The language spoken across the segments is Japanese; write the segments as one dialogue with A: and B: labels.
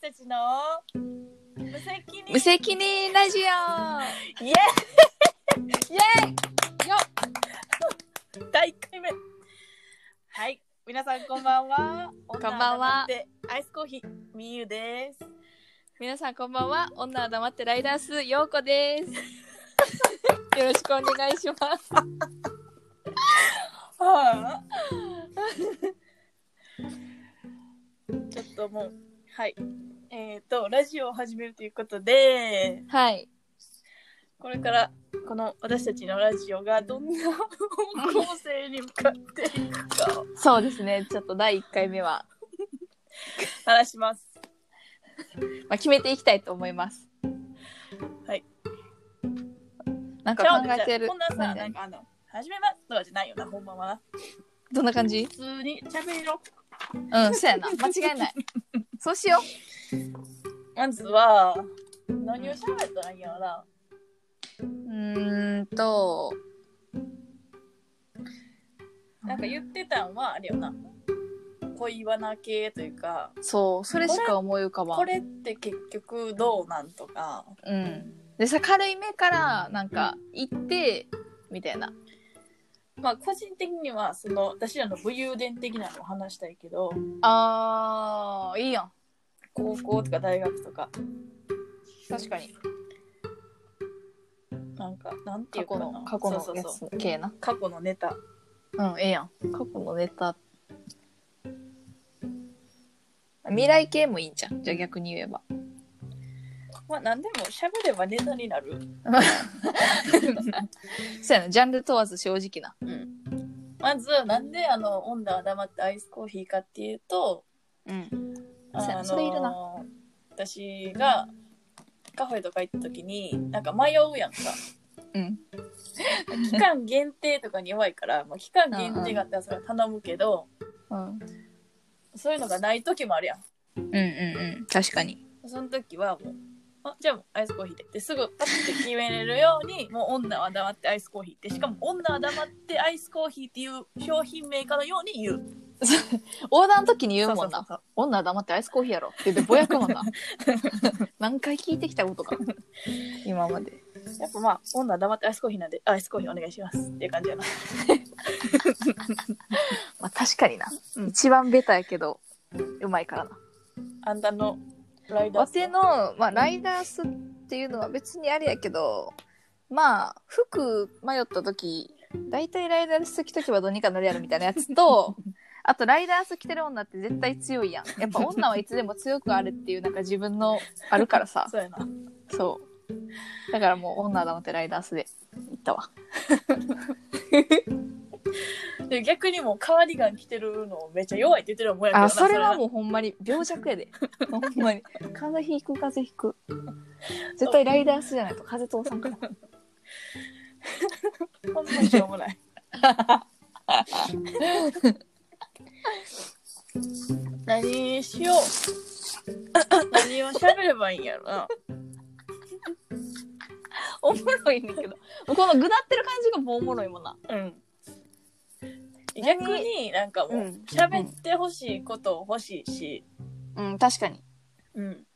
A: たちの無責任
B: 無責任ラジ
A: イエ
B: オイエー
A: ー
B: イ
A: イ第1回目はい皆さんこんばんはこ
B: こんばんは
A: アイスコーヒーみゆです
B: 皆さんこんばんは女は黙ってライダースようこです よろしくお願いします
A: はあちょっともうはいえっ、ー、とラジオを始めるということで
B: はい
A: これからこの私たちのラジオがどんな方向性に向かっていくかを
B: そうですねちょっと第1回目は、
A: 話します
B: まあ、決めていきたいと思います
A: はい
B: なんか
A: じゃあ
B: 考えてる
A: こんなさ、
B: 何
A: な
B: 々
A: んかあの、始めますとかじゃないよな、ほんまはな。
B: どんな感じ
A: 普通に喋りろ。
B: うんそうや な間違いないそうしよ
A: まずは、何を喋ったらいいんやろな。
B: ううーんと
A: なんか言ってたんは、あれよな。恋バナ系というか、
B: そうそれしか思い浮かばん
A: これって結局どうなんとか、
B: うんでさ軽い目からなんか行ってみたいな
A: まあ個人的には、その、私らの武勇伝的なのを話したいけど、
B: あーいいやん
A: 高校とか大学とか、
B: 確かに
A: なんか、なんてい
B: 過
A: うか
B: 去
A: な
B: の。過去の
A: そう
B: や
A: そうそう
B: つ系な
A: 過去のネタ。
B: うんええやん過去のネタ未来系もいいんじゃんじゃあ逆に言え ば
A: まあ何でも喋ればネタになる。
B: そうやなジャンル問わず正直な
A: まず、なんであの、女は黙ってアイスコーヒーかっていうと、
B: うんそう
A: あ
B: やな
A: の
B: それいるな
A: 私がカフェとか行った時に、なんか迷うやんか。
B: うん
A: 期間限定とかに弱いから、まあ、期間限定があったらそれは頼むけど、
B: うん
A: そういうのがない時もあるやん。
B: うんうんうん確かに
A: その時はもう、あ、じゃあもうアイスコーヒーで。ですぐパッて決めれるように、もう女は黙ってアイスコーヒーって。しかも女は黙ってアイスコーヒーっていう商品名かのように言う。
B: 横断の時に言うもん
A: そうそう
B: な
A: そう
B: 女は黙ってアイスコーヒーやろって言ってぼやくもん な何回聞いてきたことか今まで
A: やっぱまあ、女は黙ってアイスコーヒーなんで、アイスコーヒーお願いしますっていう感じやな。
B: まあ確かにな、
A: うん
B: 一番ベタやけどうまいからな
A: あんたのライダー
B: わ
A: さ
B: て
A: ん
B: の、まあ、ライダースっていうのは別にあれやけどまあ服迷った時大体ライダース着とけばどうにかなるやろみたいなやつ とあとライダース着てる女って絶対強いやんやっぱ女はいつでも強くあるっていうなんか自分のあるからさ
A: そうやな。
B: そうだからもう女は黙ってライダースで行ったわ
A: で逆にもうカーディガン着てるのめっちゃ弱いって言ってるもんやけどな
B: あそれはもうほんまに病弱 やでほんまに風邪ひく風邪ひ く絶対ライダースじゃないと風邪通さんから
A: それはほんまにしょうもない 何しよう何を喋ればいいんやろな
B: おもろいねんけどこのぐだってる感じがもうおもろいもんな
A: うん逆になんかも
B: う
A: うん喋ってほしいこと欲しいし、
B: うん確かに
A: うん、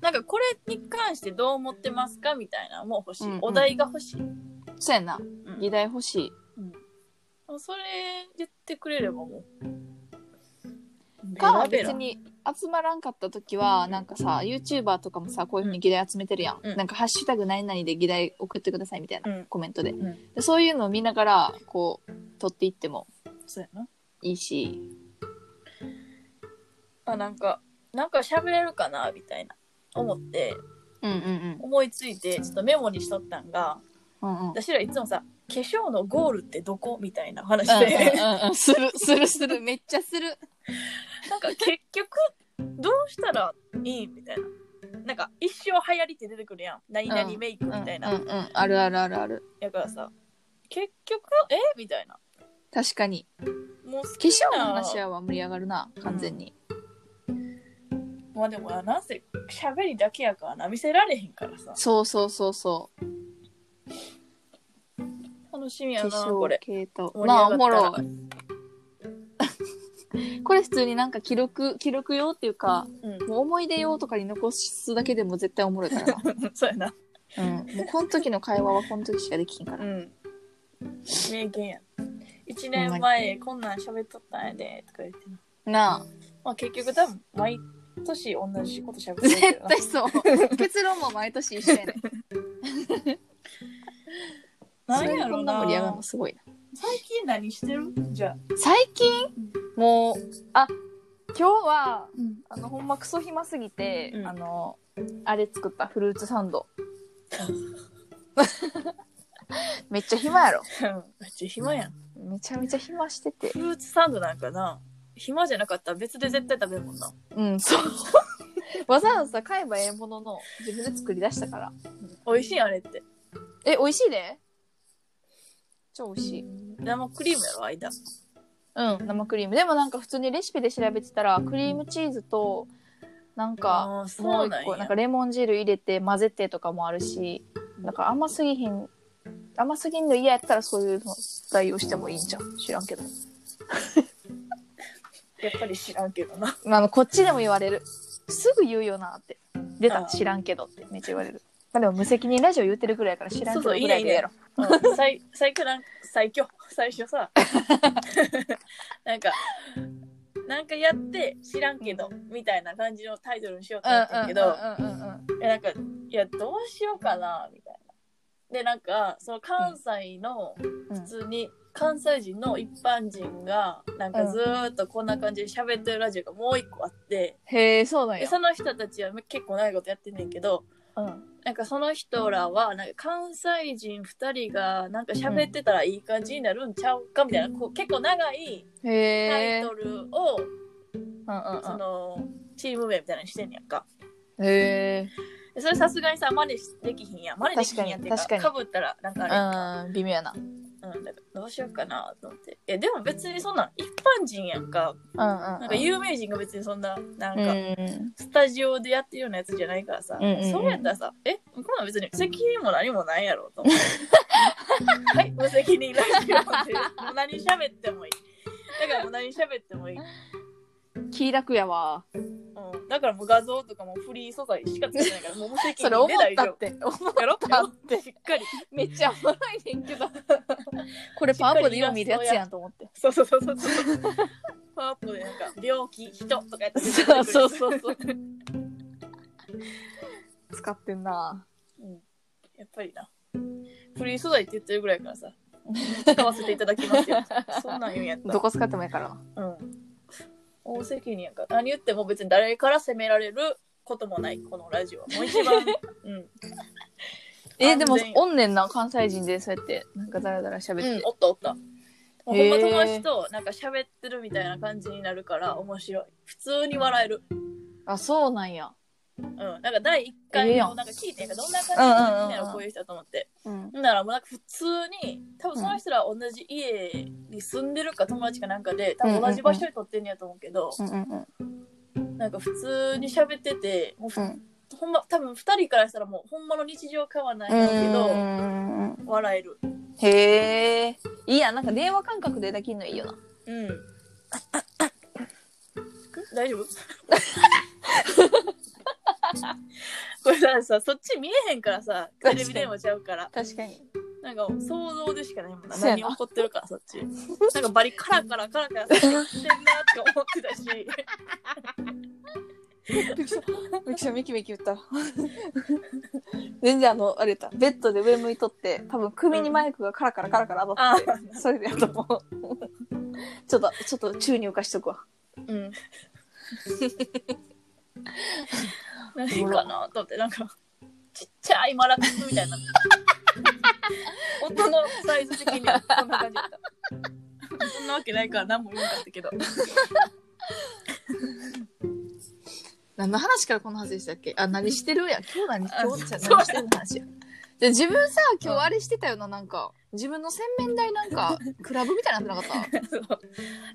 A: なんかこれに関してどう思ってますかみたいなのも欲しい、
B: うんうん
A: お題が欲しい、
B: そうやな
A: うん
B: 議題欲しい
A: もうそれ言ってくれればもう。
B: か
A: ベラベ
B: 別
A: ラ
B: に集まらんかった時はなんかさ YouTuber とかもさこういうふうに議題集めてるやん、
A: うん
B: なんか「ハッシュタグ何々」で議題送ってくださいみたいな、
A: うん
B: コメントで,、
A: ん
B: でそういうのを見ながらこう取っていっても
A: そうやな。
B: いいし
A: あ、なんか、なんか喋れるかなみたいな。思って、
B: うんうん
A: 思いついて、ちょっとメモにしとったんが、
B: うんうんうん
A: 私らいつもさ、化粧のゴールってどこみたいな話
B: うん
A: で、
B: うんうんするするするめっちゃする
A: なんか結局、どうしたらいいみたいな。なんか、一生流行りって出てくるやん。何々メイクみたいな。
B: うんうんうんあるあるあるある
A: やからさ、結局、えみたいな。
B: 確かに
A: もう好
B: 化
A: き
B: 粧の
A: な
B: 話は盛り上がるな完全に、
A: まあでもな、なんせ喋りだけやからな、見せられへんからさ。
B: そうそうそうそう
A: 楽しみ
B: 化
A: やな、
B: 粧
A: これ。
B: 系と
A: 盛り上
B: なあ
A: がった
B: お
A: ら
B: もろ これ普通になんか記録記録用っていうか
A: うん。
B: もう思い出用とかに残すだけでも絶対おもろいから な、
A: そうやな。
B: うん、もうこの時の会話はこの時しかでき ひんか
A: う
B: ら
A: ん。名言や。1年前、こんなん喋っとったんやで、とか言ってな。
B: なあ
A: まあ結局多分、毎年同じこと喋ってるけ
B: 絶
A: どな
B: 対そう結論も毎年一緒やねん。そ
A: なん
B: れ
A: や
B: でこ
A: ろ
B: んな盛り上がる
A: な
B: の。すごいな
A: 最近何してるじゃあ。
B: 最近もうあ今日は
A: うん。
B: あのほんまクソ暇すぎて、
A: うん
B: あのあれ作ったフルーツサン ドめっちゃ暇やろ
A: めっちゃ暇やん。
B: めちゃめちゃ暇してて
A: フルーツサンドなんかな、暇じゃなかったら別で絶対食べるもんな。
B: うんそう わざわざ買えばええものの自分で作り出したから
A: 美味しいあれって。
B: え美味しいで超美味しい
A: 生クリームやろ、間。
B: うん生クリームでもなんか普通にレシピで調べてたらクリームチーズとなんか
A: あー
B: も
A: そううな
B: 一
A: んや。
B: 個なんかレモン汁入れて混ぜてとかもあるしだから甘すぎひん甘すぎんの嫌やったらそういうの代用してもいいんじゃん知らんけど
A: やっぱり知らんけどな。
B: あのこっちでも言われるすぐ言うよなって出た
A: あー
B: 知らんけどってめっちゃ言われるまあでも無責任ラジオ言ってるぐらいやから知らんけど
A: そうそう
B: ぐらいでやろ
A: うん最最強なん最強最初さ なんかなんかやって知らんけどみたいな感じのタイトルにしようと思ったけど、
B: うんうんうんうんうん
A: いやなんかいやどうしようかなみたいなでなんかその関西の
B: うん
A: 普通に関西人の一般人がなんかずーっとこんな感じで喋ってるラジオがもう一個あって、
B: へえそうなん
A: で
B: や
A: その人たちは結構長いことやってんねんけど
B: うん
A: なんかその人らはなんか関西人2人がなんか喋ってたらいい感じになるんちゃうかみたいなこう結構長い
B: へ
A: タイ
B: え
A: トルを
B: うんうん
A: そのチーム名みたいなのにしてんねやんか
B: うんへえ
A: でそれさすがにさ真似できひんやん真似できひんやんっていうか
B: 確かに
A: か
B: 確
A: ぶったらなんかあれやんか
B: うん微妙やなうん
A: うん、だからどうしようかなと思っていやでも別にそんなん一般人やんか
B: うんうん
A: なんか有名人が別にそんななん
B: うん
A: か、
B: うん
A: スタジオでやってるようなやつじゃないからさ、
B: うんうんうん
A: それやったらさ、え、こんなん別に責任も何もないやろと思って。 はい、無責任ラジオで、もう何喋ってもいい。だからもう何喋ってもいい。
B: 気楽やわ
A: うん、だからもう画像とかもフリー素材しか使ってないから、もう無責
B: それ思
A: 任
B: っ
A: で大
B: た
A: 丈
B: っ
A: 夫。
B: て思っ
A: やろ
B: たって
A: しっかり。
B: めっちゃおもろいねんけど これパワーポでよう見るやつやんと思って
A: そうそうそうそうそう。パワーポでなんか、病気、人とかやって
B: そうそうそう
A: そう。
B: 使ってんな
A: うん、やっぱりな。フリー素材って言ってるぐらいからさ、使わせていただきます よ。そんなん言うんやったら
B: どこ使ってもいいから
A: うん。大責任やから。何言っても別に誰から責められることもない、このラジオは。もう一 番。うん。
B: えでも
A: 安全
B: おんねんな関西人でそうやってなんかダラダラ喋って、
A: うん、おったおった。もうほ
B: へ
A: ん
B: ー
A: ま友達となんか喋ってるみたいな感じになるから面白い。普通に笑える。
B: あそうなんや
A: うん。なんか第1
B: ええ
A: 回
B: や
A: も
B: ん
A: なんか聞いてんかどんな感じなんや
B: うんうんうんう
A: ろ
B: ん
A: こういう人と思って。
B: うん
A: ほんならもうなんか普通に、多分その人ら同じ家に住んでるか友達かなんかで、多分同じ場所で撮ってんねやと思うけど、
B: うんうん
A: なんか普通に喋ってて、もう普
B: うん
A: ほんま、多分二人からしたらもう、ほんまの日常感はない
B: うん
A: だけど、笑える。
B: へえいいやんなんか電話感覚でできんのいいよな
A: うん。大丈夫 これださ、そっち見えへんからさ、
B: 確か
A: テ
B: に
A: レビ電話ちゃうから、
B: 確かに
A: なんか想像でしかないもんな。
B: そうや
A: 何
B: な
A: 起こってるから、そっち。なんかバリカラカラカラカラさ、やってんなって思ってたし、
B: めきゃめきめき言った全然あのあれだベッドで上向いとって多分首にマイクがカラカラカラカラ当たって、それでやと思うちょっとちょっと宙に浮かしとくわ
A: うん。何かなと思って、なんか、ちっちゃいマラカスみ たいな。音のサイズ的にはこんな感じだった。そんなわけないから何も言わなかったけど。
B: 何の話からこの話でしたっけあ、何してるや。今日
A: あ
B: 何、今日じゃ
A: そう
B: 何してるの話や。で自分さ、今日あれしてたよな、なんか。自分の洗面台なんか、クラブみたいになってなかっ
A: そう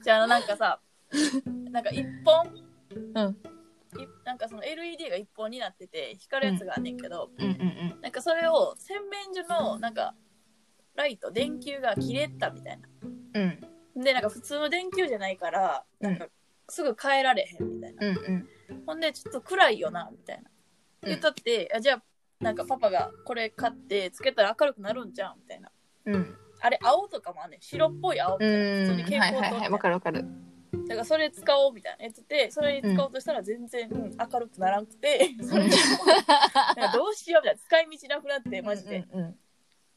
A: じゃあ、あのなんかさ、なんか一本、
B: うん
A: いなんかその LED が一本になってて光るやつがあんねんけど、
B: たうんうんうん。
A: なんかそれを洗面所のなんかライト電球が切れたみたいな
B: うん。
A: でなんか普通の電球じゃないからなんかすぐ帰られへんみたいな。
B: うんうん
A: ほんで、ちょっと暗いよな、みたいな。
B: うん
A: 言ったって、あじゃあ、なんかパパがこれ買ってつけたら明るくなるんじゃんみたいな。
B: うん
A: あれ、青とかもあんねん白っぽい青みたいな。普通に
B: うん
A: 蛍
B: はい
A: 光
B: は
A: 灯みた
B: いはい
A: いな
B: わ。かるわかる
A: だからそれ使おうみたいなやつでそれ使おうとしたら全然、うん明るくならんく てそれでなんかどうしようみたいな使い道なくなってマジで、
B: うんうん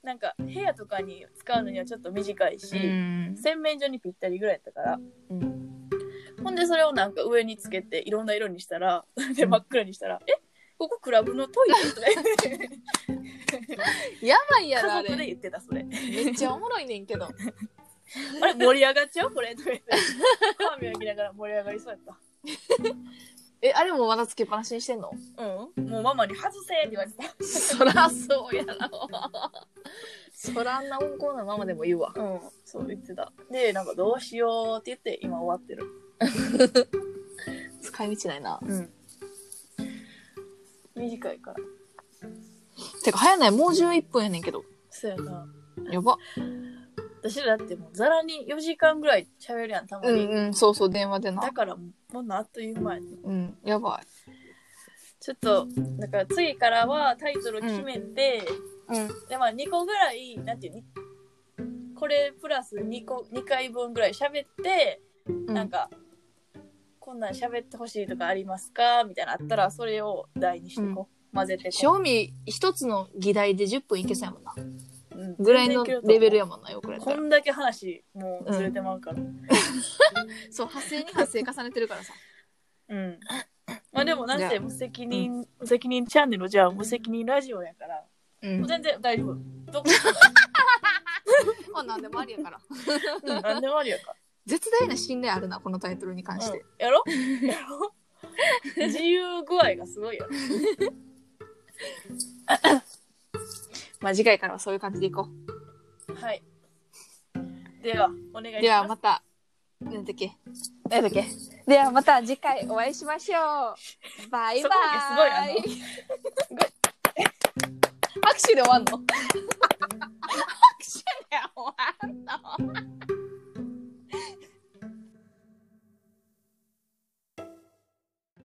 A: なんか部屋とかに使うのにはちょっと短いし、
B: うん
A: 洗面所にぴったりぐらいやったから
B: うん
A: ほんでそれをなんか上につけていろんな色にしたらで真っ暗にしたら「えここクラブのトイレ?」とか言って
B: やば いやろあ
A: 家族で
B: れ
A: 言ってたそれ「
B: めっちゃおもろいねんけど
A: あれ盛り上がっちゃうこれ」とか言って歯磨きながら盛り上がりそうやった。
B: えあれもまだつけっぱなしにしてんの
A: うん、もうママに「外せ!」って言われてた。
B: そらそうやろそらあんな温厚なままでも言うわ
A: うん、そう言ってた。で、なんかどうしようって言って今終わってる。
B: 使い道ないな
A: うん。短いから。
B: てか早ないもう11分やねんけど
A: そうやな。
B: やば
A: 私らだってもうザラに4時間ぐらい喋るやん、たま
B: う
A: に。
B: んうんそうそう電話で
A: だ
B: な
A: からもう、こんなんあっという間やね
B: うんやば
A: ちょっと、だから次からはタイトル決めて、
B: いうん
A: で、まあ2個ぐらい、なんていうのこれプラス2個、2回分ぐらい喋って、
B: うん
A: なんか、こんなん喋ってほしいとかありますかみたいなのあったら、それを題にしてこう。混ぜてこう。
B: 賞味一つの議題で10分いけそうやもんな
A: うん
B: ぐらいのレベル
A: や
B: やもんなよくらい
A: こんだけ話もうずれてまうからうん、
B: そう派生に派生重ねてるからさ
A: まあでもなん
B: じゃ
A: せ無責任、無責任チャンネルじゃあ無責任ラジオやから、
B: うん
A: もう全然大丈夫どこ
B: まあなんでもありやから
A: うん何でもありやから
B: 絶大な信頼あるなこのタイトルに関して、
A: うんやろやろ自由具合がすごいよね
B: まあ次回からはそういう感じでいこ
A: はいではお願いうします
B: ではまたなんだっけなんだっけではまた次回お会いしましょうバイ
A: そ
B: バ
A: こま
B: イ
A: です
B: 拍手で終わんの拍手で終わんの